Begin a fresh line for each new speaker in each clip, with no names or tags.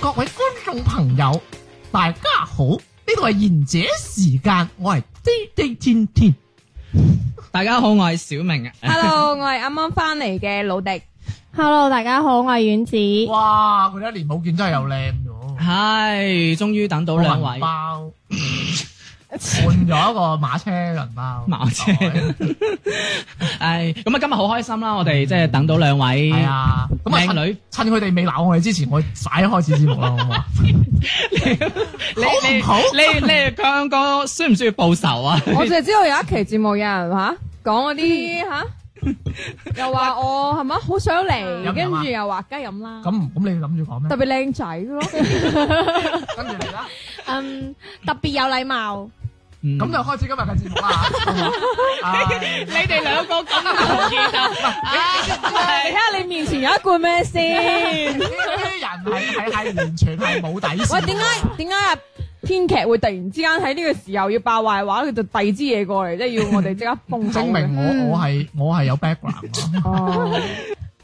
各位觀眾朋友，大家好，呢度係賢者時間，我係滴滴天天。
大家好，我係小明啊。
Hello，我 係啱啱翻嚟嘅老迪，
Hello，大家好，我係丸子。
哇！佢哋一年冇見真係又靚咗，
係，終於等到兩
個銀
位。
包換咗一個馬車銀包，
馬車唉，咁啊，今日好開心啦！我哋即係等到兩位
係啊！咁啊，
靚
趁
女，
趁佢哋未鬧我哋之前，我快開始節目啦，好唔好啊？
你
好
你
唔好
你你強哥需唔需要報仇啊？
我淨係知道有一期節目有人話講嗰 啲吓，又話我係咪好想
飲
嚟，
唔
跟
飲啊
住又話梗係飲啦
咁，咁你諗住講
特
咩？
別靚仔嘅 咯，
跟住嚟啦，
嗯，特別有禮貌。啊
咁
咁就開始今日嘅節目啦。好唔好唉
你哋兩個咁唔見 啊！
你睇下你面前有一罐咩先？
呢啲人係係係完全係冇底 線。
喂，點解點解啊？編劇會突然之間喺呢個時候要爆壞話，佢就遞支嘢過嚟，即係要我哋即刻封
證
口嘅
明我我係我係有 background 㗎
哦，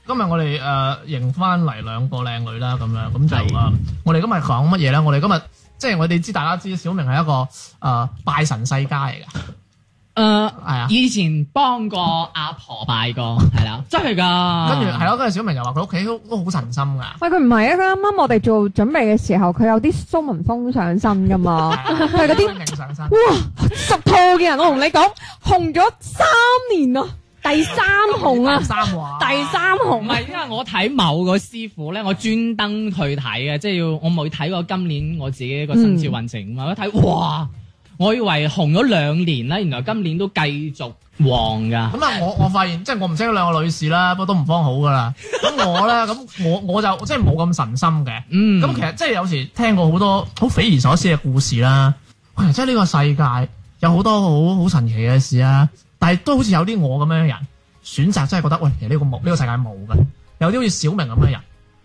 今日我哋誒迎翻嚟兩個靚女啦，咁樣咁
係
就啊，我哋今日講乜嘢咧？我哋今日即係我哋知大家知，小明係一個誒、呃拜神世家嚟㗎，
誒，
係啊。
以前幫過阿婆拜過，係啦， 真係噶。
跟住係咯，跟住小明又話佢屋企都都好神心㗎。
喂，佢唔係啊！佢啱啱我哋做準備嘅時候，佢有啲蘇文峰上身噶嘛
係，啊
係嗰啲
小明上身。
哇十套嘅人，我同你講，紅咗三年啊啦，第三紅啊
第，三話，
第三
唔
紅啊，
係，因為我睇某個師傅咧，我專登去睇嘅，即係要我冇睇過今年我自己個生肖運程咁嘛，我一睇
嗯
哇，我以為紅咗兩年啦，原來今年都繼續旺噶。
咁啊，我我發現即係我唔識兩個女士啦，不過都唔方好㗎啦。咁我咧，咁我我就即係冇咁神心嘅。
嗯，
咁其實即係有時聽過好多好匪夷所思嘅故事啦，喂，即係呢個世界有好多好好神奇嘅事啊，但係都好似有啲我咁樣嘅人選擇真係覺得，喂，其實呢個冇呢、個世界冇嘅，有啲好似小明咁嘅人，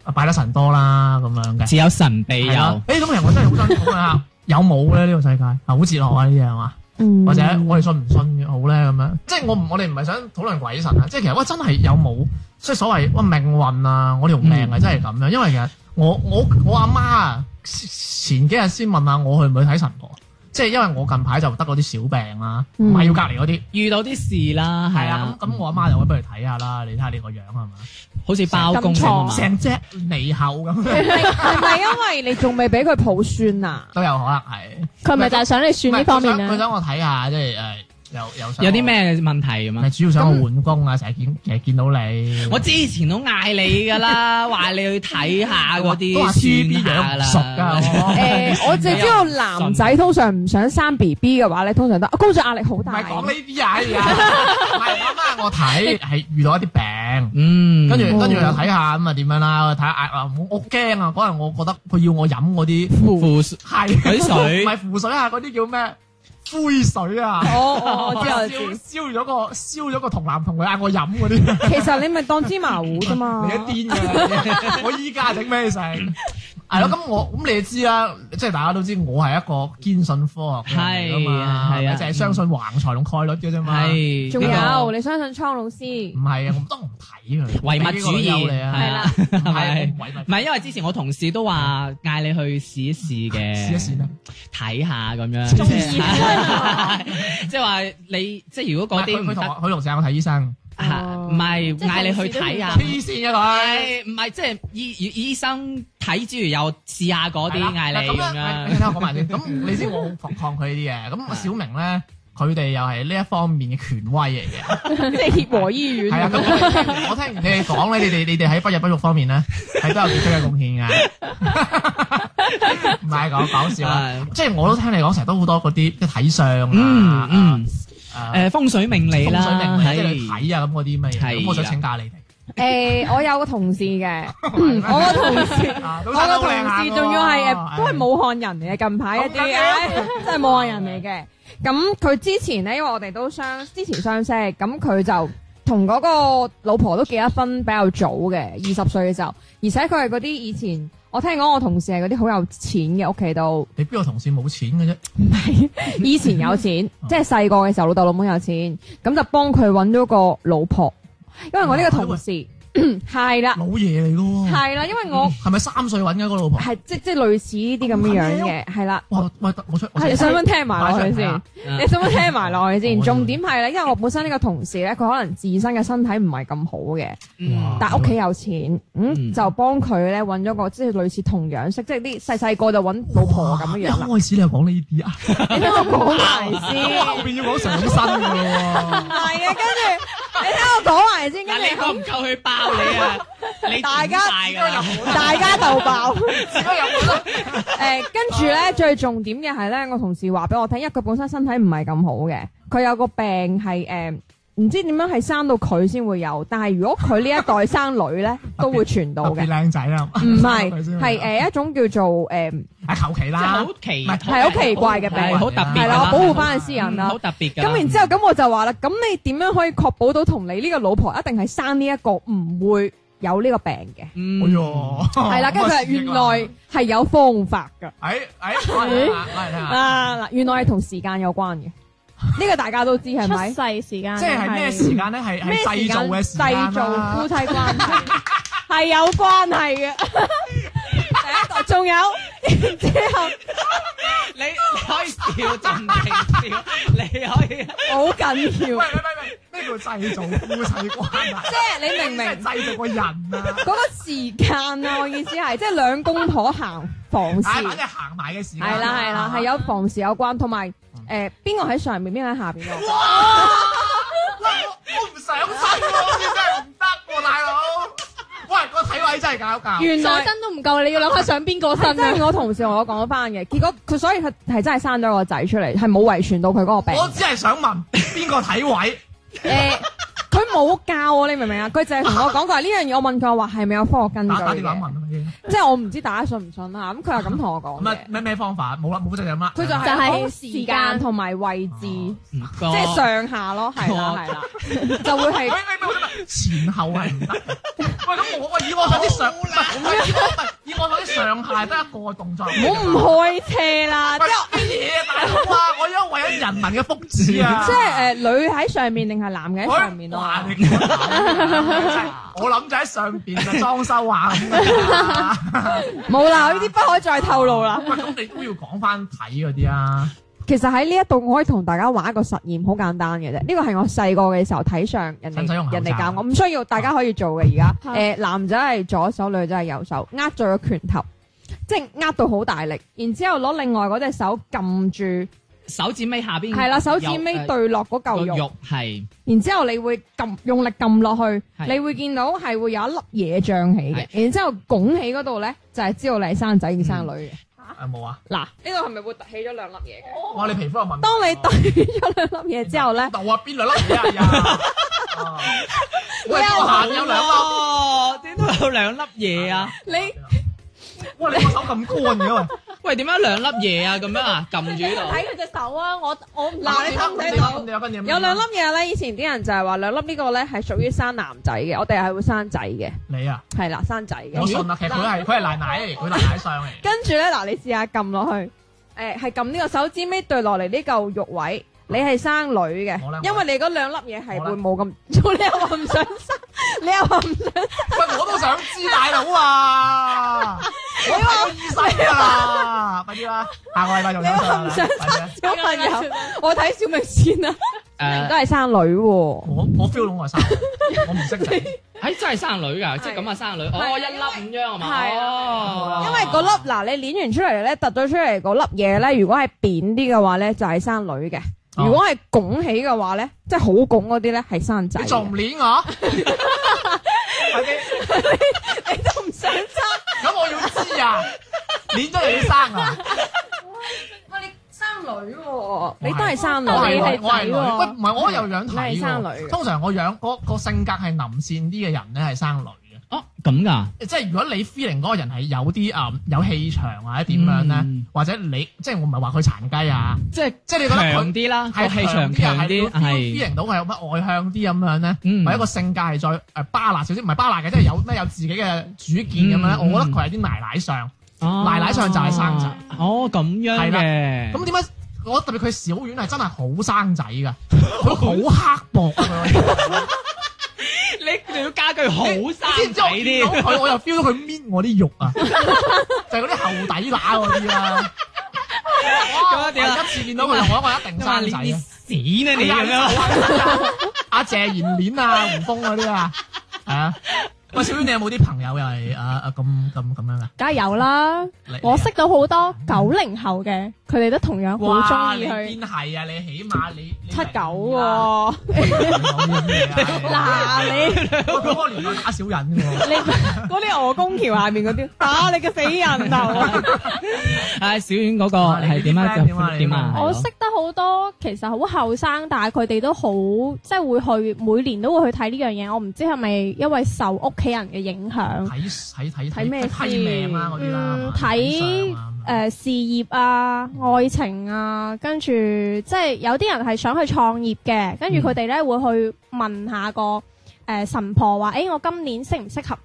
啊拜得神多啦咁樣嘅，
只有神秘
係啦
有，
誒咁其實我真係好辛苦啊，有冇咧呢個世界啊？好哲學啊呢啲係嘛？
嗯
或者我哋信唔信好咧咁樣，即係我唔我哋唔係想討論鬼神啊，即係其實喂真係有冇即係所謂喂命運啊，我條命係真係咁樣，因為其實我我我阿媽啊前幾日先問下我去唔去睇神婆，即係因為我近排就得嗰啲小病啦，唔
嗯
係要隔離嗰啲，
遇到啲事啦，係
係啊
啊，，
咁咁我阿媽就話不如睇下啦，你睇下你個樣係嘛，
好似包公咁啊
哦
嘛，
成隻獼猴咁
係咪因為你仲未俾佢普選 啊？
都有可能係，
佢咪就係想你算呢方面
唔係佢想佢
啊？
想我睇下即係誒有有想
有
我
啲？咩問題咁
咪
啊？
主要想我換工啊，成日見成日見到你。
我之前都嗌你噶 啦，話你去睇下嗰
都話
啲
C B
算下
樣
啦
熟啊㗎，
诶， 我淨係知道男仔通常唔想生 B B 嘅話咧，通常都啊工作壓力好
唔
大
係。講呢啲 啊，係啊，唔係我媽我睇係遇到一啲病，
嗯，
跟住
哦
跟住又睇下咁啊點樣啦，睇下啊我我驚啊，嗰日我覺得佢要我飲嗰啲
扶
係
水水
唔係符水啊，嗰啲叫咩灰水啊，
哦哦，我知我
燒
知，
燒咗個燒咗個同男同女嗌我飲嗰啲，
其實你咪當芝麻糊啫嘛。
你一癲嘅，我依家整咩食？係咯，咁我咁你知啦，即係大家都知我係一個堅信科學嘅人嚟㗎嘛，
係係啊
就係相信橫財同概率嘅啫嘛。
係
仲
呢個
有，你相信蒼老師
唔？係啊，我當唔睇佢
唯物主義
嚟啊，
係啦
唔
係咪
係我唯物
唔係，因為之前我同事都話嗌你去試一試嘅，
試一試咩？
睇下咁樣，
中意
啊
係 即係話你即係如果嗰啲
唔
唔
係佢佢同
得，
我佢同成日我睇醫生，
嚇
哦
唔係
即係
嗌你去睇下
黐，線嘅
係唔係即係醫醫醫生睇之餘又試下嗰
佢。
啲嗌你
嗱咁
咁
樣，
樣
你，聽我講埋先。咁你知我好抗拒呢啲嘢。咁小明咧，佢哋又係呢一方面嘅權威嚟 嘅。
即系协和医院
係啊，咁
咁
我我聽完你哋講咧，你哋你哋喺不入不育方面咧係都有傑出嘅貢獻㗎。唔係講講笑啊，
係
即係我都聽你講成日都好多嗰啲即係睇相
嗯
啊，
嗯，
啊
誒風水命理啦，
風水命理即係
係
去睇啊咁嗰啲乜嘢。
係
咁我想請教你哋。
诶， 誒我有個同事嘅， 嗯我個同事。
啊
我
都生得
個
好
同
靚啊
事仲要係誒，都係
嗰個
武漢人嚟嘅，近排一啲
咁緊要
唉真係武漢人嚟嘅。咁佢之前咧，因為我哋都相之前相識，咁佢就同嗰個老婆都結咗婚比較早嘅，二十歲嘅時候，而且佢係嗰啲以前我聽講我同事係嗰啲好有錢嘅屋企 都。
你邊個同事冇錢嘅啫？
以前有錢，
哦
即係細個嘅時候，老豆老母有錢，咁就幫佢揾咗個老婆。因為我呢個同事係啦，
老爺嚟嘅喎，
係啦，因為我
係咪三歲揾嘅嗰個老婆？
係即即類似呢啲咁樣樣嘅，係啦。
哇！喂，我出我出
係你想唔想聽埋落去
係
先
啊？
啊
你想唔想聽埋落去先？
好啊
重點係咧，因為我本身呢個同事咧，佢可能自身嘅身體唔係咁好嘅，
嗯
但屋企有錢，
嗯
嗯，就幫佢咧揾咗個即係類似同樣式，即係啲細細個就揾老婆咁樣樣
哇
啦。
一開始你又講呢啲啊，
你聽我講埋先。
後邊要講上身嘅喎。
係啊，跟住你聽我講埋先，跟
嗱，你
住
夠唔夠去包你啊？你
大家
點大㗎啦
大家鬥爆， 誒，跟住咧最重點嘅係咧，我同事話俾我聽，因為佢本身身體唔係咁好嘅，佢有個病係誒。唔知點樣係生到佢先會有，但係如果佢呢一代生女 咧，都會傳到
特
嘅
別。靚仔啦，
唔 係，
生女先會
係
有
誒一種叫做 誒，
啊求其
即係
啦
好，奇，
唔係
係好奇怪嘅病，
係好特別㗎
係
啦
啦，我保護翻私人
嗯
啦
好。特別㗎啦。
咁然之後，咁我就話啦，咁你點樣可以確保到同你呢個老婆一定係生呢一個唔會有呢個病嘅？
嗯，
哎呦，
係啦，跟住佢話原來係有方法㗎。
哎哎，我嚟聽下，我嚟聽下，
啊嗱，原來係同時間有關 嘅，呢個大家都知係
出
咪？
世時間啊
即係係咩時間咧？係係
咩時
製
間
造嘅時間啊
製造
啦
夫妻關係係有關係嘅。第一個仲有，然之後
你你可以笑盡情笑，你可以
好緊
喂
要，
喂喂喂，咩叫製造夫妻關係
即？係你明唔
即係
明？
製造個人啊！
嗰個時間啊，我意思係即係兩公婆行房事，
唉，反
係
正行埋嘅時間。啊
啦係啦，係有啊房事有關，同埋
嗯
誒邊個喺上面，邊個喺下邊嘅。
我唔想生喎，真係唔得喎，大佬。喂，個體位真係搞搞。
原
上
來。
身都唔夠，你要諗下上邊個身
真
啊？
係我同事同我講翻嘅，結果佢所以佢係真係生咗個仔出嚟，係冇遺傳到佢嗰個病。
我只係想問邊個體位？
誒，佢冇教我，你明唔明啊？佢就係同我講，佢話呢樣嘢，我問佢我話係咪有科學根據
打打電話
嘅，
問啊嘛已經。
即係我唔知大家信唔信啦。咁佢係咁同我講
咁
嘅
啊，咩咩方法？冇啦，冇責任啦。啊
佢就係
就係
講
時
時
間
間同埋位置，即
唔
哦
該。
係上下 咯，係啦
哦
係啦，就會
喂
係
喂喂，前後係唔得。喂，咁我喂以我所知上，唔係以我唔係以我所知上下係得一個動作。
唔
喂
好唔啊開車 啦，
乜嘢大佬啊！我而家為咗人民嘅福祉 啊！
即係誒女喺上面定係男嘅喺上面咯。
哇！你講得 好啊我諗就喺上邊就裝修下咁啊。
冇啦，呢啲不可以再透露啦。
喂，咁你都要講翻睇嗰啲啊。
其實喺呢一度，我可以同大家玩一個實驗，好簡單嘅啫。呢個係我細個嘅時候睇上人
使唔使用
哋
口罩啊
人哋教我，唔需要，大家可以做嘅而家。 誒、
係
男仔係左手，女仔係右手，握住個拳頭，即係握到好大力，然之後攞另外嗰隻手撳
手指尾下邊
住，係啦，手指
有
尾
誒
對落嗰
個
嚿肉，
肉係
然之後你會撳用力撳落去，
係
你會見到係會有一粒嘢脹起嘅，然之後拱起嗰度咧就係、知道你係生仔定生女嘅。
啊冇啊！
嗱、嗯呢度係咪會凸起咗兩粒嘢嘅？
哇！你皮膚有問題。
當你對咗兩粒嘢之後咧。
度啊，邊兩粒 嘢啊哎呀？啊喂，我行有兩粒。
粒，點都有兩粒嘢啊！
你
哇！你個手咁乾嘅喂，
喂，點解兩粒嘢啊？咁樣啊，撳住呢度。
睇佢隻手啊！我我唔
嗱你睇唔睇到
你有分嘢咩
有兩粒嘢咧，以前啲人就係話兩粒呢個咧係屬於生男仔嘅，我哋係會生仔嘅，
你啊，
係啦，生仔嘅。
我信啦，其實佢係佢係奶奶嚟，佢奶奶上嚟。
跟住咧，嗱你試下撳落去，誒係撳呢個手指尾對落嚟呢嚿肉位，你係生女
我呢
嘅，因為你嗰兩粒嘢係
我呢
會冇咁，你又話唔想生，你又話唔想，
喂，我都想知大佬啊！我睇醫生㗎啦， 快啲啦，下個禮拜仲有上啦，快啲啦
小朋友，我睇小明先啦，都
誒，
係生女喎。
我我 feel 到我係生女，我唔識你。
誒真係生女㗎，即係咁啊生女。哦，一粒咁樣係嘛？
係啊
哦，
因為嗰粒嗱，你捻完出嚟咧，突咗出嚟嗰粒嘢咧，如果係扁啲嘅話咧，就係生女嘅。
哦
如果係拱起嘅話咧，即係好拱嗰啲咧係生仔
你
嘅。
仲唔攆我？快啲
你都唔想生？
咁我要知啊！攆咗你生啊！
喂，你生女喎，你都係生女
我係
你
喎。
哋
女我係女，
仔喎
喂唔係我有樣
你
睇
係生女
喎。
嘅
通常我樣嗰個性格係腍善啲嘅人咧係生女嘅。
哦，咁噶，
即係如果你 feeling 嗰個人係有啲誒、嗯有氣場或者點樣咧，
嗯
或者你即係我唔係話佢殘雞啊，
即係
即係你覺得
強
佢
啲啦，個
係
氣場
啲啊
強啲，
係你會
係
feeling 到佢有乜外向啲咁樣咧，
嗯
或者個性格係再誒巴辣少少，唔係巴辣嘅，即係有咩有自己嘅主見咁樣咧。
嗯嗯
我覺得佢係啲奶奶相，
奶
奶奶上就係生仔。
哦，咁樣嘅，
咁點解？我特別佢小丸係真係好生仔 㗎，佢好刻薄啊！佢
你仲要加句好
你知
生
唔知
仔
我見到
啲，
佢，我又 feel 到佢搣我啲肉 啊，就係嗰啲後底乸嗰啲啦。
咁
我
樣點啊？
一次見到佢，我我一定
咁啊，
生
你
仔
啲
啊！
屎呢你咁樣，
阿謝賢鏈啊、胡峰嗰啲啊，係啊。喂，小丸，你有冇啲朋友又係啊啊咁咁咁樣啊？
梗係有啦，
你
我識到好多九零後嘅，佢哋都同樣
哇！
好中
你
意去
邊係啊？你起碼你
七九喎、
喎。你講啲咩啊
嗱你
你我嗰個年代打小人嘅喎。
你
嗰啲鵝公橋下面嗰 啲，打你嘅死人頭啊！
啊，小丸嗰個
哇你
係點啊？
你點啊你
點啊？
我識得好多其實好後生，但係佢哋都好即係會去每年都會去睇呢樣嘢。我唔知係咪因為受屋企人嘅影響，
睇睇睇
睇咩
批命啦嗰啲啦，係
嗯
嘛
睇
相啊
誒、事業啊、愛情啊，跟住即係有啲人係想去創業嘅，跟住佢哋咧會去問下個誒、神婆話：，誒、我今年適唔適合誒、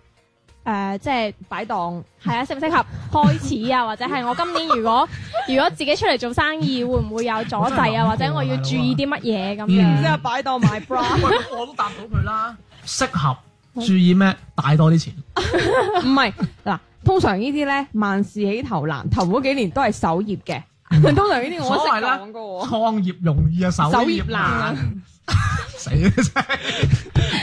即係
擺檔
係啊，適唔適合開始啊？ 或者係我今年如果如果自己出嚟做生意，會唔會有阻滯啊？或者我要注意啲乜嘢咁
嗯
即
樣？
係擺檔賣 bra，
喂，咁我都答到佢啦。適合注意咩？帶多啲錢。
唔係嗱，通常呢啲咧萬事起頭難，頭嗰幾年都係首頁嘅。通常呢啲我都
嗯所
識
謂啦
講噶喎，
創業容易啊，守
首
業
頁
難。
難。
死啊真係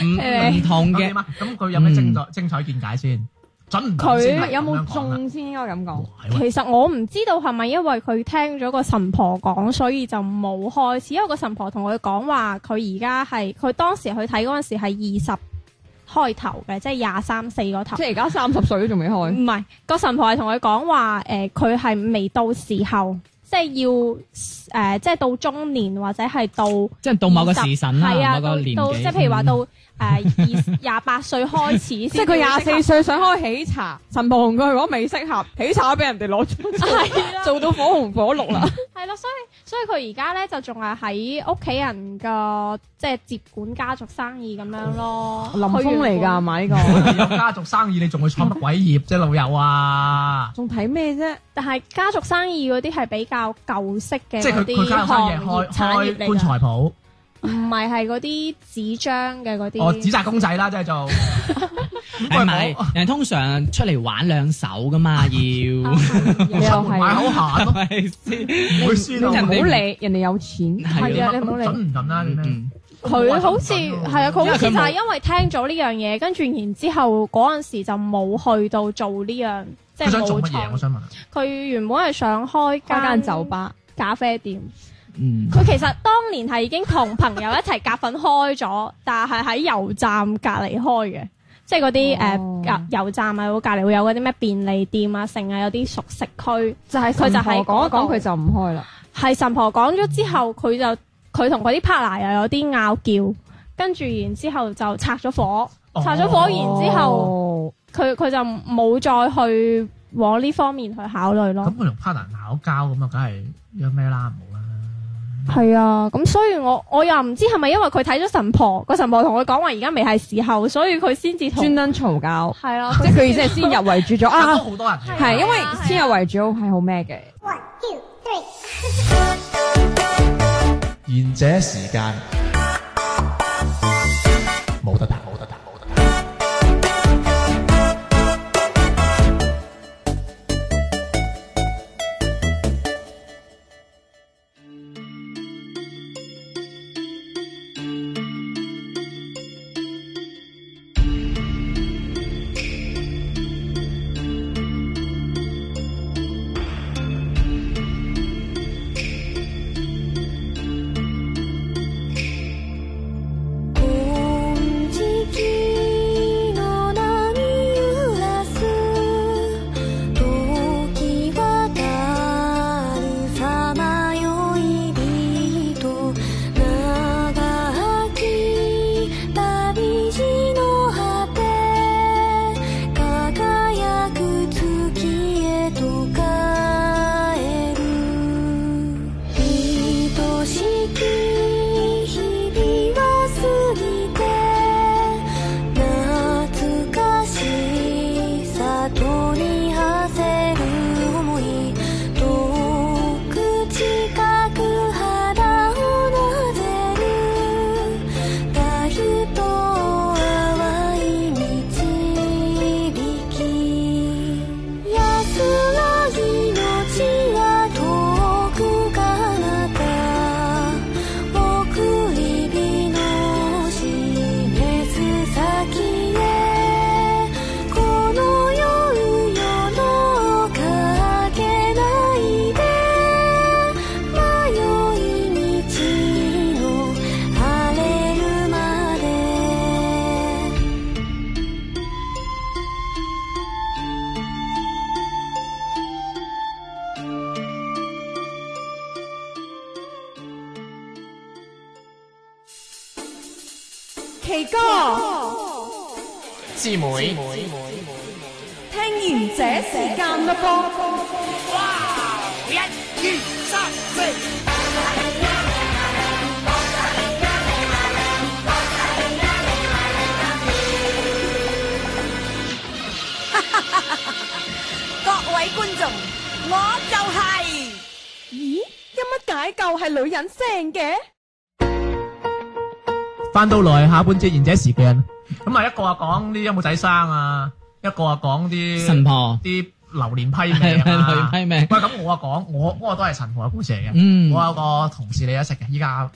唔
誒
唔同嘅
咁點。啊？咁佢有咩精彩精彩見解先？準唔準先係
嗯佢
有
咁
冇
樣講啊？
中先應該咁講？
喂喂
其實我唔知道係咪因為佢聽咗個神婆講，所以就冇開始。因為個神婆同佢講話，佢而家係佢當時去睇嗰陣時係二十開頭嘅，即係廿三四嗰頭
即。係而家三十歲都仲未開。
唔係個神婆係同佢講話，誒、佢係未到時候，即係要誒、即係到中年或者係到。
即係到某個時辰
係
啦，
啊，
某個
到
年嗯
到
紀，
即係譬如話到誒呃二廿八歲開始 先，
即係佢廿四歲想開喜茶，神婆同佢講未適合，喜茶都俾人哋攞咗，
係啦，
做到火紅火綠啦。
係啦，所以所以佢而家咧就仲係喺屋企人個即係接管家族生意咁樣咯。
林峰嚟㗎係
㗎，
嘛呢 個？
你有家族生意，你仲去創乜鬼業啫，老友啊！
仲睇咩啫？
但係家族生意嗰啲係比較舊式嘅
即係
嗰
佢佢
啲
家族生意係
行業
開
產業
開棺
嚟㗎，
材鋪，
唔係係嗰啲紙張嘅嗰
哦，紙
啲。
紮公仔啦，即 係做。
係咪？
喂我
人哋通常出嚟玩兩手噶嘛， 要
又
出
啊
門買
係
好，閒 咯，
係先？
唔會輸
你唔
到
人
好
哋
理人哋有錢。
係
係
啊
啊，
你唔好理
準唔準啦？你
嗯
咩？
嗯，
佢 好似係啊，佢好似就係因為聽咗呢樣嘢，跟住然之後嗰陣時就冇去到做呢樣，即係
佢想做
冇
乜嘢？我
創。
想問。啊
佢原本係想開
開間
間
酒吧，
咖啡店，
嗯，
佢其實當年係已經同朋友一齊夾份開咗，但係喺油站隔離開嘅，即係嗰
哦
啲誒油油站啊，會隔離會有嗰啲咩便利店啊，成啊有啲熟食區。
就係
佢就
神
係
婆講一
嗰
講，
度
佢就唔開啦。
係神婆講咗之後，佢就佢同嗰啲 partner 又有啲拗撬，跟住然之後就拆咗火，拆咗火，然之後
後
佢佢就冇再去往呢方面去考慮咯
咁。佢同 partner 鬧交咁啊，梗係有咩啦，唔好啦。
係啊，咁所以我我又唔知係咪因為佢睇咗神婆，個神婆同佢講話而家未係時候，所以佢先至同
專登嘈交，
係啦，
即係佢意思係先入為主咗
但都
啊。
好多人嘅
係因為
係啊係啊
先入為主係好咩嘅？
賢者時間冇得彈，冇得彈，冇得彈。
Hãy subscribe cho kênh Ghiền Mì Gõ Để không bỏ lỡ 奇歌，
姊妹，
聽完這時間啦噃。各位觀眾，我就係、咦，有乜解救係女人聲嘅？
翻到嚟下半節賢者時間，咁啊一個啊講啲有冇仔生啊，一個啊講啲
神婆
啲榴蓮批
係
命啊
係批命
喂，咁我啊講，我嗰個都係神婆嘅故事嚟嘅。
嗯
我有個同事你一識嘅，依家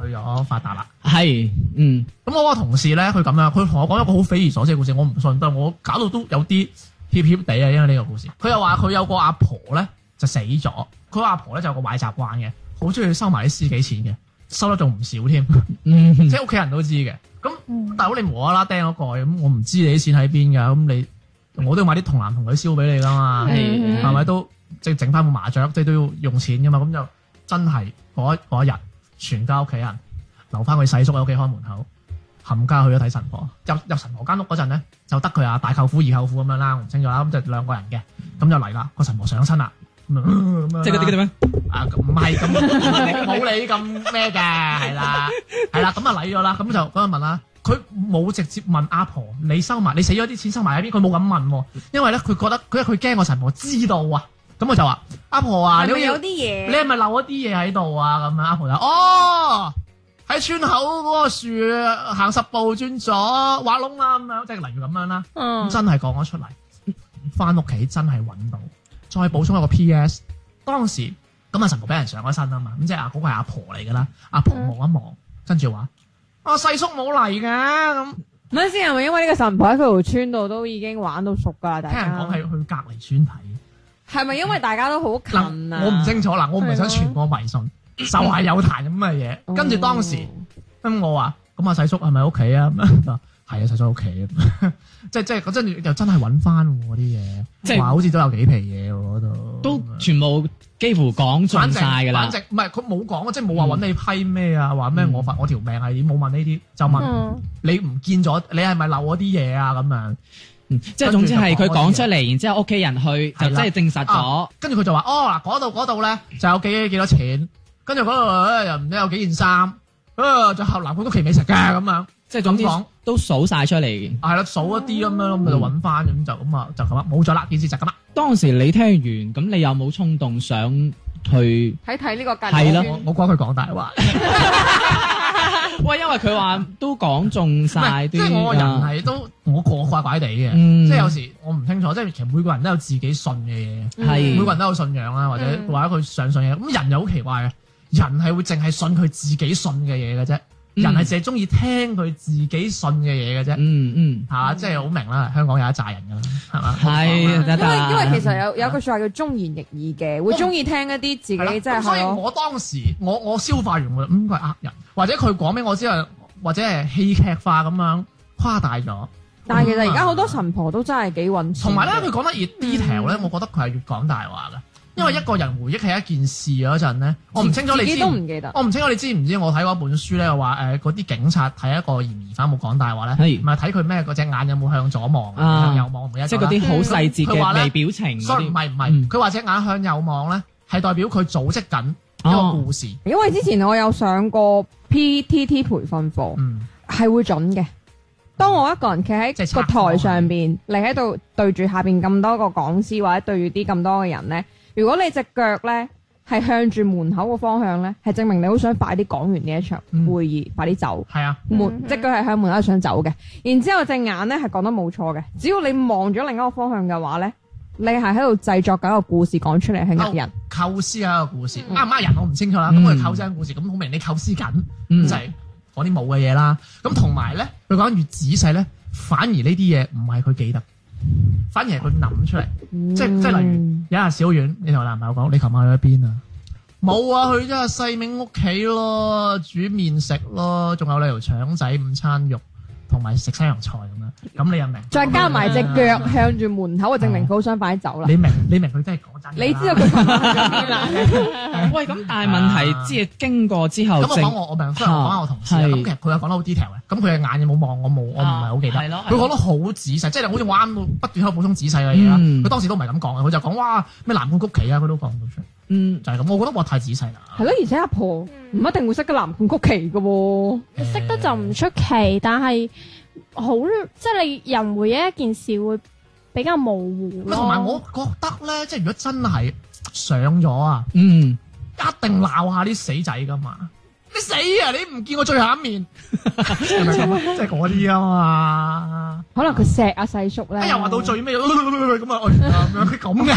誒去咗發達啦。
係嗯
咁我個同事咧，佢咁樣，佢同我講一個好匪夷所思嘅故事，我唔信，但係我搞到都有啲怯怯地啊，因為呢個故事。佢又話佢有個阿婆咧就死咗，佢阿婆咧就有個壞習慣嘅，好中意收埋啲私己錢嘅，收得仲唔少添，
嗯
即係屋企人都知嘅。咁大佬你無啦啦掟咗過去，咁我唔知你啲錢喺邊㗎，咁你我都要買啲同男同女燒俾你㗎嗯嘛。
係
係咪都即係整翻副麻雀，即係都要用錢噶嘛？咁就真係嗰一嗰一日，全家屋企人留翻佢細叔喺屋企開門口，冚家去咗睇神婆。入入神婆間屋嗰陣咧，就得佢啊大舅父、二舅父咁樣啦，我唔清楚啦。咁就兩個人嘅，咁就嚟啦。個神婆上身啦，咁啊嗯咁樣啦
即係嗰啲嘅咩？
啊，咁唔係咁冇你咁咩嘅，係啦，係啦，咁啊禮咗啦，咁就咁就問啦，佢冇直接問阿婆你收埋，你死咗啲錢收埋喺邊，佢冇咁問喎，因為咧佢覺得佢佢驚個神婆知道啊，咁我就話阿婆啊，
係
你好
咪
似
有啲嘢？
你係咪漏咗啲嘢喺度啊？咁樣阿婆就哦。喺村口嗰個樹行十步轉左挖窿啦，咁樣即係例如咁樣啦。
哦
嗯，
真係講咗出嚟，翻屋企真係揾到。再補充一個 P.S. 當時咁啊，神婆俾人上咗身啊嘛，咁即係阿嗰個係阿婆嚟噶啦，阿婆望一望，跟住話：啊細叔冇嚟嘅咁。
嗯唔係先係咪因為呢個神婆喺佢條村度都已經玩到熟㗎啦？大
聽人
家
講係去隔離村睇，
係咪因為大家都好近啊？
嗱我唔清楚嗱，我唔係想傳播迷信，就係有談咁嘅
哦
嘢。跟住當時咁我話：咁啊細叔係咪喺屋企啊？咁啊係啊細叔喺屋企啊， 即係即係嗰陣又真係揾翻喎啲
即
嘢，
係
話好似都有幾皮嘢喎嗰度，
都全部幾乎講
反
盡
正
晒㗎啦嗯
反。正唔係佢冇講啊，即係冇話揾你批咩啊，話
嗯
咩我發我條命係點，冇問呢啲，就問
嗯
你唔見咗，你係咪漏咗啲嘢啊咁樣。
嗯即係總之係佢講出嚟，然之後屋企人去就
係
真
啦
係證實咗
啊。跟住佢就話：哦嗱，嗰度嗰度咧就有幾幾多錢，跟住嗰度咧又唔知有幾件衫，啊就合南好多奇美食嘅咁樣，
即係總之
咁講
都數晒出嚟嘅。
係啦數一啲咁樣，咁就揾翻咁就咁啊就咁啦，冇咗啦件事就咁啦。
當時你聽完，咁你有冇衝動想去？
睇睇呢個近
係啦
我我覺得佢講大話，
喂，因為佢話都講中
唔係
晒
即
啲
係我個人
啊。
係都我個怪怪地嘅，
嗯
即係有時我唔清楚，即係其實每個人都有自己信嘅嘢。
係
每個人都有信仰啊啦，或者
嗯
或者佢相信嘅嘢。咁人又好奇怪嘅，啊人係會淨係信佢自己信嘅嘢嘅啫，
嗯
人係淨係中意聽佢自己信嘅嘢嘅啫，
嗯嗯，
嚇，即係好明啦。香港有一紮人㗎啦，係嘛？
係
咁
得
因為
得。
因為其實有有一句説話叫忠言逆耳嘅，會中意聽一啲自己
係啦
即係
咁所以
係咯
我當時我我消化完我就嗯佢係呃人，或者佢講俾我知係或者係戲劇化咁樣誇大咗。嗯
但係其實而家好多嗯神婆都真係幾揾錢嘅，
同埋咧，佢講得越 detail 咧，我覺得佢係越講大話嘅，因為一個人回憶係一件事嗰陣咧，我唔清楚
嗯自
你
己
知
都
唔
唔記
啊
得。
我哦唔清楚你知唔知，我睇過一本書咧，話誒嗰啲警察睇一個嫌疑犯冇講大話咧，
係
唔係睇佢咩嗰隻眼有冇向左望
啊
啊，向右望同一
即係嗰啲好細節
佢話
嘅
咧
微表情嗰
sorry 唔
啲。
係唔
嗯
係，佢話隻眼向右望咧，係代表佢組織緊一個
哦，
故事，
因為之前我有上過 PTT 培訓課，
嗯，
係會準嘅。當我一個人企
即係啊
喺
測
個台上
我
邊，你喺度對住下邊咁多個講師或者對住啲咁多嘅人呢，如果你只腳呢係向住門口個方向呢，係證明你好想快啲講完呢一場
嗯
會議，快啲走。
係啊，
門
嗯
即係佢係向門口想走嘅，然之後隻眼咧係講得冇錯嘅，只要你望咗另一個方向嘅話咧，你係喺度製作緊一個故事講出嚟係呃人，
構思係一個故事，啊啱唔啱人我唔清楚啦，咁佢
嗯
構思緊故事，咁好明你構思緊
嗯
就係講啲冇嘅嘢啦，咁同埋咧，佢講得越仔細咧，反而呢啲嘢唔係佢記得，反而係佢諗出嚟。即
嗯
係即係例如有一日小遠，你同我男朋友講，你琴晚去咗邊啊？冇啊，去咗阿細明屋企咯，煮面食咯，仲有你條腸仔午餐肉，同同埋食西洋菜咁樣，咁你又明？
再加埋隻腳向住門口，就證明佢好想快啲走啦。
你明你明佢真係講真㗎啦。
你知道佢琴晚去咗邊啦？
喂，咁但係問題，即係經過之後，
啊咁我
哦正
講我我明，雖然我講下我同事啦，啊
係
咁其實佢又講得好 detail 嘅，咁佢嘅眼有冇望我冇，我唔係好記得。
啊係咯係
佢講得好仔細，即係好似我啱不斷喺度補充仔細嘅嘢啦。
嗯
佢當時都唔係咁講嘅，佢就講哇咩藍罐曲奇啊，佢都講到出嚟，
嗯，
就係咁。我覺得我太仔細啦。
係咯，而且阿婆唔一定會識得藍罐曲奇嘅喎。
你識得就唔出奇，但係好即係你人回憶一件事會比較模糊
唔
咯
係同埋我覺得咧，即係如果真係上咗啊，
嗯，
一定鬧下啲死仔噶嘛。你死啊！你唔見我最後 一面， 即係嗰啲啊嘛。
可能佢錫阿細叔
哎
咧。
又話到最尾咁啊，我咁嘅，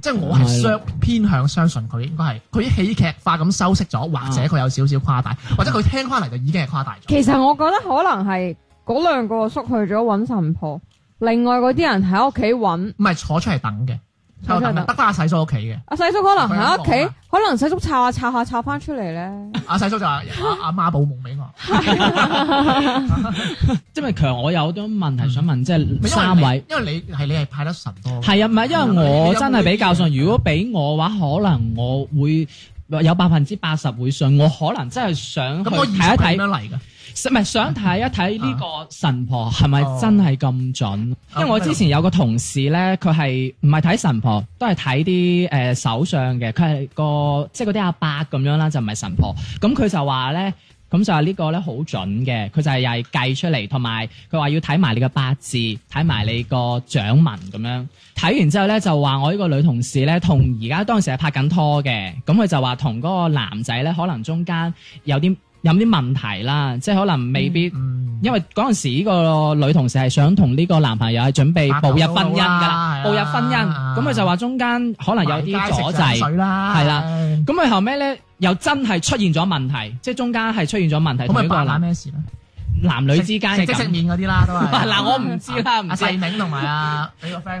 即係我係相偏向相信佢應該係佢戲劇化咁修飾咗，或者佢有少少誇大，或者佢聽翻嚟就已經係誇大咗。
其實我覺得可能係嗰兩個叔去咗揾神婆，另外嗰啲人喺屋企揾
唔係坐出嚟等嘅，
坐出嚟
坐出
等
嚟等，得翻阿細叔屋企嘅。
阿細叔，可能喺屋
佢喺度
企
啊，
可能細叔抄下抄下抄翻出嚟咧。
阿細叔就話阿阿媽報夢俾我，
因為強，我有啲問題想問，即係三
嗯因為
位。
你因為你係你係派得神多嘅。
係啊，唔係因為我真係比較信。如果俾我嘅話，可能我會有百分之八十會信。我可能真係想去
咁我意識
睇
係
一
咁
睇
樣。嚟嘅，
唔係想睇一睇呢個神婆係咪真係咁準？因為我之前有個同事咧，佢係唔係睇神婆，都係睇啲誒手相嘅，佢係個即係嗰啲阿伯咁樣啦，就唔係神婆。咁佢就話咧。咁就係呢個咧好準嘅，佢就係又係計出嚟，同埋佢話要睇埋你個八字，睇埋你個掌紋咁樣。睇完之後咧就話我呢個女同事咧同而家當時係拍緊拖嘅，咁佢就話同嗰個男仔咧可能中間有啲有啲問題啦，即係可能未必，
嗯，
因為嗰陣時呢個女同事係想同呢個男朋友係準備步入婚姻㗎啦，
拍
步
拖
入
啦
婚姻，
啊
咁佢就話中間可能有啲阻
買街食
滯
水。啦，
係啦咁佢後尾咧又真係出現咗問題，即係中間係出現咗問題，
咁
同呢
咪
個
扮下
男
咩事咧？
男女之間
食
嘅
即食
感。
面嗰啲啦，都係。
嗱，我唔知啦，唔
阿
知。
細明同 埋阿你個 friend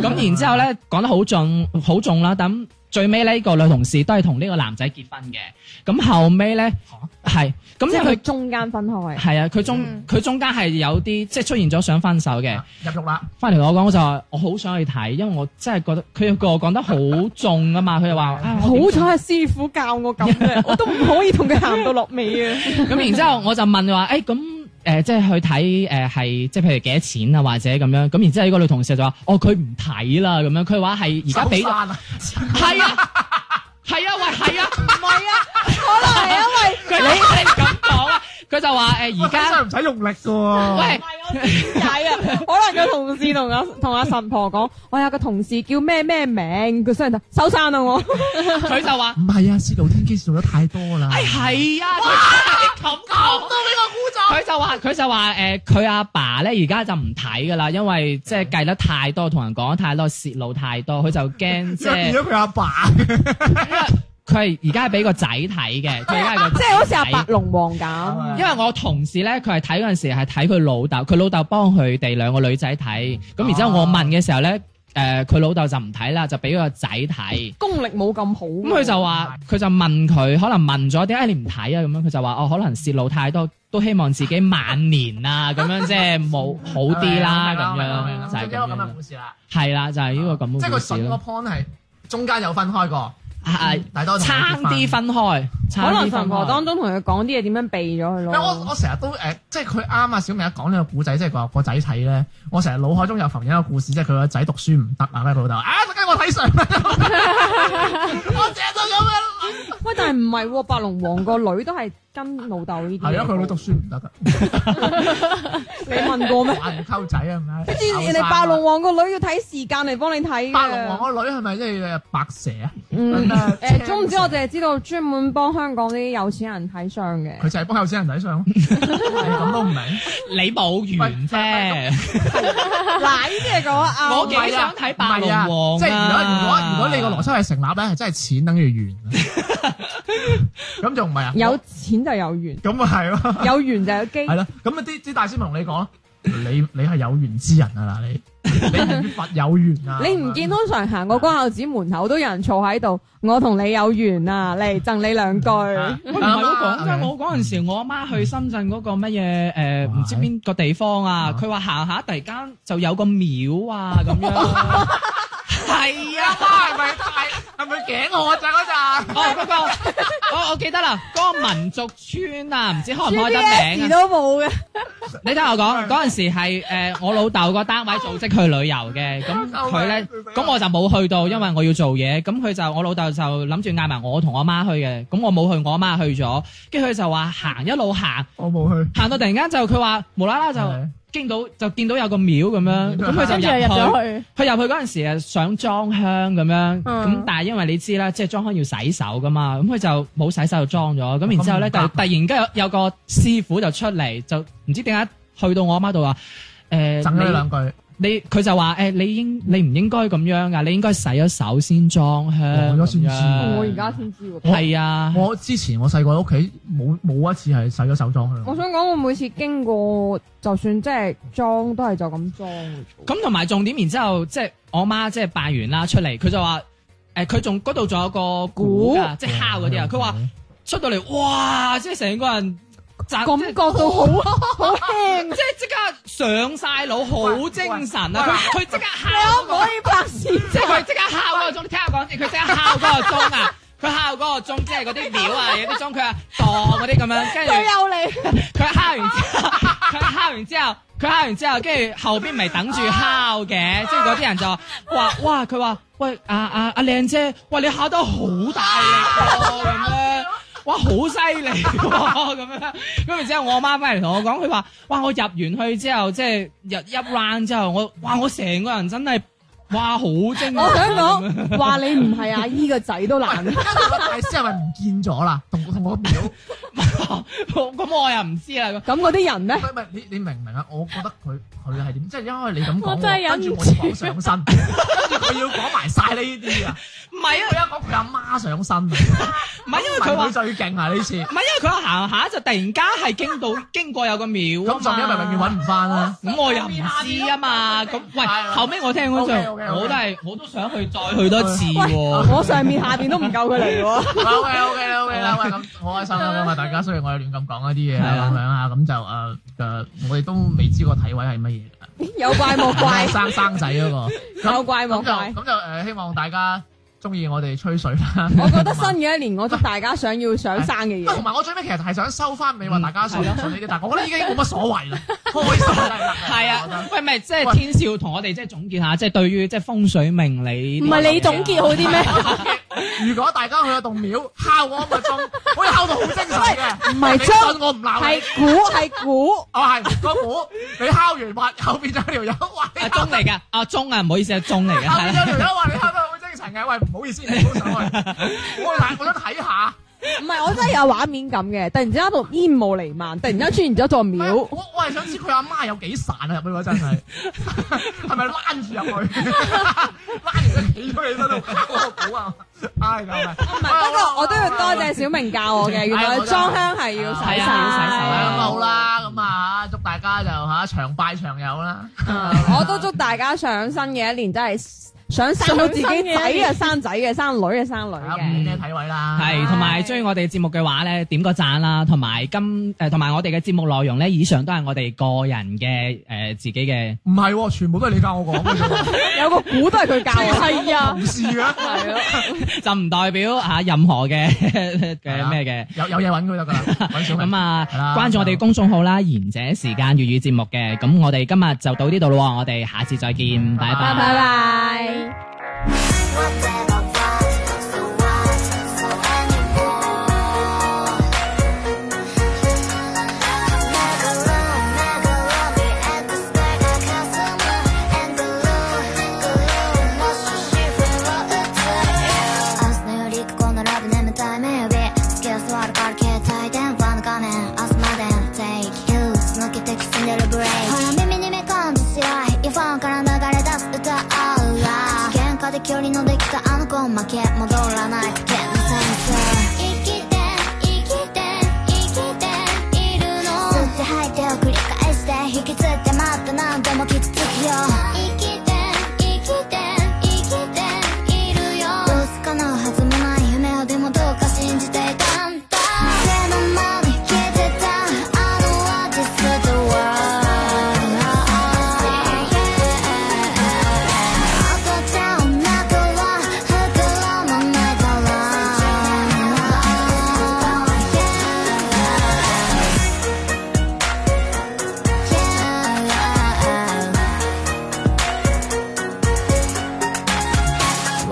度。
咁然之後，咧講得好重好重啦，咁最尾呢個女同事都係同呢個男仔結婚嘅，咁後尾咧係咁
即係
因為
佢
佢
中間分開。
係啊，佢中
嗯
佢中間係有啲即係出現咗想分手
啊
嘅，
入獄啦，
翻嚟同我講我就話我好想去睇，因為我真係覺得佢個講得好重啊嘛， 佢就話啊我點
好彩係師傅教我咁 嘅，我都唔可以同佢行到落尾啊！
咁然之後我就問佢話：，誒、咁誒、即係去睇誒係即係譬如幾多錢啊，或者咁樣。咁然之後呢個女同事就話：，哦，佢唔睇啦，咁樣。佢話係而家俾
手
咗，
散啊，
係啊，係啊，喂，係啊，唔係啊，可能係因為佢你咁講啊，佢就話誒而家
真係唔使用力噶。
哎
喂。
解啊，可能個同事同阿同阿神婆講，我有個同事叫咩咩名，佢雖然就收山啦我。
佢就話：，
唔係啊，司徒天機做得太多啦。
哎，係啊，佢真係咁講。佢就話佢就話誒，佢阿爸咧而家就唔睇噶啦，因為即係計得太多，同人講得太多，泄露太多，佢就 驚即
即係
係
變。咗佢阿爸。
佢係而家係俾個仔睇嘅，佢而家
啊
係個
即係好似阿白龍王咁，
因為我同事咧，佢係睇嗰陣時係睇佢老豆，佢老豆幫佢哋兩個女仔睇，咁然之後我問嘅時候咧，誒、佢老豆就唔睇啦，就俾個仔睇。
功力冇咁好。啊
咁佢就話，佢就問佢，可能問咗點解你唔睇啊？咁樣佢就話，哦，可能泄露太多，都希望自己晚年啊，咁樣即係冇好啲
哎
啦，咁樣就係
就係
咁
咁嘅
樣，
故事啦。
係啦，就係呢個咁
即
嘅
係佢
故事
筍個
咯，
point 係中間有分開過，
係
大多同佢
差
結婚
啲。分開，差
可
啲
能
分
神婆
開
當中同佢講啲嘢點樣避咗佢
唔係啊我
咯。
我成日都誒，即係佢啱啊！小明一講呢個故仔，即係個個仔睇咧，我成日腦海中有浮現一個故事，即係佢個仔讀書唔得啊，咩 老豆啊，跟住我睇相啦， 我成日都咁樣諗。
喂，但係唔係喎，白龍王個女都係跟老豆呢啲。
係啊，佢女讀書唔得噶，
你問過咩？
玩溝仔啊，係咪？
之前哋白龍王個女要睇時間嚟幫你睇嘅啊
白龍王個女係咪即係白蛇啊？
嗯
咁啊
誒，總唔知我淨係知道專門幫香港啲有錢人睇 相嘅。
佢就係幫有錢人睇相咯，你咁都唔明？
你冇緣啫。
嗱，呢啲係講啊
我幾想睇白龍
唔
王
係啊
啊
即係如果如果如果你個邏輯係成立咧，係真係錢等於 緣啊。咁仲唔係啊？
有錢就有緣，
咁啊係咯，
有緣就有機。
係咯。咁啊啲啲大師咪同你講咯，你你係有緣之人啊嗱，你你係與佛有緣啊！
你唔見通常行過關孝子門口都有人坐喺度，我同你有緣啊，嚟贈你兩 句。
啊？
喂，唔係我講
啊
真，我嗰陣時我阿媽去深圳嗰個乜嘢誒，唔知邊個地方啊？佢話行下突然間就有個廟啊咁樣。係啊，
係咪大係咪頸渴咋嗰陣？
哦嗰 個，我我記得啦，嗰個民族村啊，唔知開唔開得
GPS
名啊？
都冇嘅，
你聽我講，嗰陣時係誒我老豆個單位組織去旅遊嘅，咁佢咧，咁我就冇去到，因為我要做嘢。咁佢就我老豆就諗住嗌埋我同我媽去嘅，咁我冇去，我阿媽去咗，跟住佢就話行一路行，
我冇去，
行到突然間就佢話無啦啦就
係
經到就見到有個廟咁樣，咁佢就
跟住就
入
入
去。
咗去，
佢入去嗰陣時啊，想裝香咁樣，咁、
嗯
但係因為你知啦，即係裝香要洗手噶嘛，咁佢就冇洗手就裝咗，咁然之後咧，
哦咁
就
白
突然間有有個師傅就出嚟，就唔知點解去到我阿媽度話，誒、
贈你兩句，
你你佢就話誒、你應你唔應該咁樣啊噶，你應該洗咗手先裝香
哦我而家先知
我而
咁樣。
家先知喎。
係啊，
我之前我細個喺屋企冇冇一次係洗咗手裝香。
我想講，我每次經過，就算即係裝都係就咁裝嘅啫。
咁同埋重點，然之後即係我媽即係拜完啦出嚟，佢就話誒佢仲嗰度仲有個鼓㗎，即係敲嗰啲啊，佢話。出到嚟，哇！即係成個人扎
感覺到好好輕，
即係即刻上晒腦，好精神啊！佢佢即刻
可
敲
唔
嗰
可
個，
以拍 攝？
即係佢即刻敲嗰個鐘。你聽我講先，佢即刻敲嗰個鐘啊！佢敲嗰個鐘，即係嗰啲廟啊，有啲鐘佢 啊噹嗰啲咁樣，跟住
對 有你，
佢敲完之後，佢敲完之後，佢敲完之後，跟住後邊咪等住敲嘅，即係嗰啲人就話：哇哇！佢話喂啊啊啊靚姐，喂你敲得好大力喎咁樣。哇，好犀利喎咁樣，咁然之後我媽翻嚟同我講，佢話：哇，我入完去之後，即係入一 round 之後，我哇，我成個人真係哇好精神
我想
咁樣
講，話你唔係阿姨個仔都難。
大師係咪唔見咗啦？同同我表， 唔
咁我又唔知啦。
咁嗰啲人咧，
係唔係你你明唔明啊？我覺得佢佢係點？即係因為你咁
我
講
真係
喎，
忍
跟
唔
住
住
我要講上身，跟住佢要講埋晒呢啲啊！
唔係
佢
啊，
一講佢阿媽上身啊，
唔係因為佢話
佢。最勁啊呢次，
唔係，因為佢行下就突然間係經到 經過有個廟啊
咁仲因為
嘛
永遠揾唔啊翻啦。
咁我又唔知啊嘛，咁喂
係啊
後尾我聽嗰陣，
OK，OK，OK
我都係我都想去 再去多次喎。
哦我上面下邊都唔夠佢嚟喎。
OK OK 啦 OK 啦，喂咁啊好開心啦咁啊！大家雖然我有亂咁講一啲嘢啦咁樣啊，咁就誒誒，我哋都未知個體位係乜嘢 㗎。
有怪莫怪，
生生仔嗰個。
有怪莫
咁就
怪。
咁就誒，希望大家中意我哋吹水啦。
我覺得新嘅一年，我祝大家想要想生嘅
同
嘢。
埋我最尾其實係想收翻你話
嗯
大家信唔信呢啲，但係我覺得已經冇乜所 謂啦，開心就得啦。
係
我覺
啊
得，
喂，咪即係天少同我哋即係總結下，即係對於即係風水命理。
唔係你總結好啲 咩？
如果大家去到棟廟敲我個鐘， 可以敲到好精神嘅，
唔係
你
將
信我唔鬧
係
你。
估係估，
哦，係個鼓，你敲完話後邊就有條友 話你
啊
敲
鐘嚟㗎，啊鐘啊，唔好意思啊鐘嚟㗎，
後邊
係啦
有條 友話你敲得好精神嘅，喂唔好意思，你唔好上去，我嗱我想睇下。
唔係我真係有畫面咁嘅。突然之間一度煙霧彌漫，突然間出現咗座
唔係
廟。
我我係想知佢阿媽有幾散啊！入去嗰陣係，係咪躝住入去？ 躝住企咗起身度敲個鼓啊！唉，咁啊！
唔係，不過我都要多謝小明教我 嘅，原
哎
來裝香係要洗
係
手。
啊
咁啊
要
好啦，咁啊祝大家就嚇長拜長有啦！
嗯我 都祝大家上新嘅一年真係想生到自己仔嘅生仔嘅，生女嘅生女
大家五
嘅。
嘅體位啦，
係，同埋中意我哋節目嘅話咧，點個讚啦，同埋今誒同埋我哋嘅節目內容咧，以上都係我哋個人嘅誒自己嘅。
唔係喎？全部都係你教我講嘅啫，
有個鼓都係佢教我。係啊，
同事嘅。
係咯。
就唔代表啊任何嘅
係
嘅
啊
咩嘅。
有有嘢揾佢得㗎啦，揾小明
咁啊
係啦，
關注我哋公眾號啦，賢者時間粵語節目嘅。咁我哋今日就到呢度咯喎，我哋下次再見，拜拜。
拜
拜拜。
明日よりここ並び眠たいメイビー好きは座るから携帯電話の画面明日まで Take you 抜けてきすんでるブレイクほら耳にめかんで白いイヤフォンから流れ出す歌 Oh yeah 喧嘩で距離のできたあのもきつつきよ生きて生きて生きているよどうすかなはずもない夢をでもどうか信じていたんだ店の間に消えてたあのアーティストは赤ちゃんお腹は袋もないから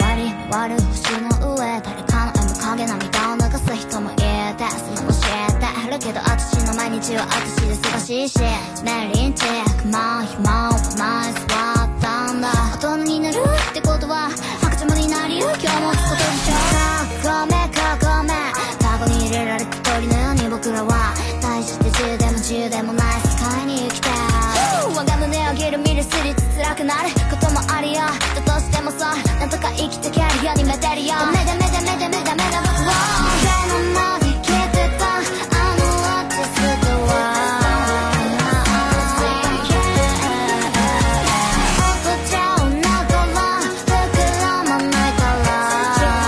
割り割る星の上誰かの絵も影涙を流す人もいてその教えてあるけど私の毎日は私で忙しいしねえリンチまあ暇を前座ったんだ大人になるってことは白鳥になりう今日もつことでしょかごめんかごめんカゴに入れられた鳥のように僕らは大して10でも10でもない世界に生きて我が胸を切る見るすりつ辛くなることもあるよだとしてもさなんとか生きてけるようにめでるよめでめでめでめでめで僕を目の前で消えてたあのアーティストは赤ちゃんお腹は膨らまないから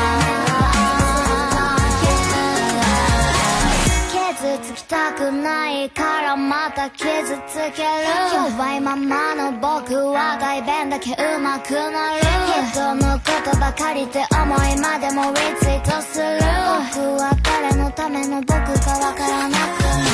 傷つきたくないからまた傷つける弱いままの僕は代弁だけうまくなる人のことばかりって思いまでもリツイートする僕は誰のための僕かわからなくなる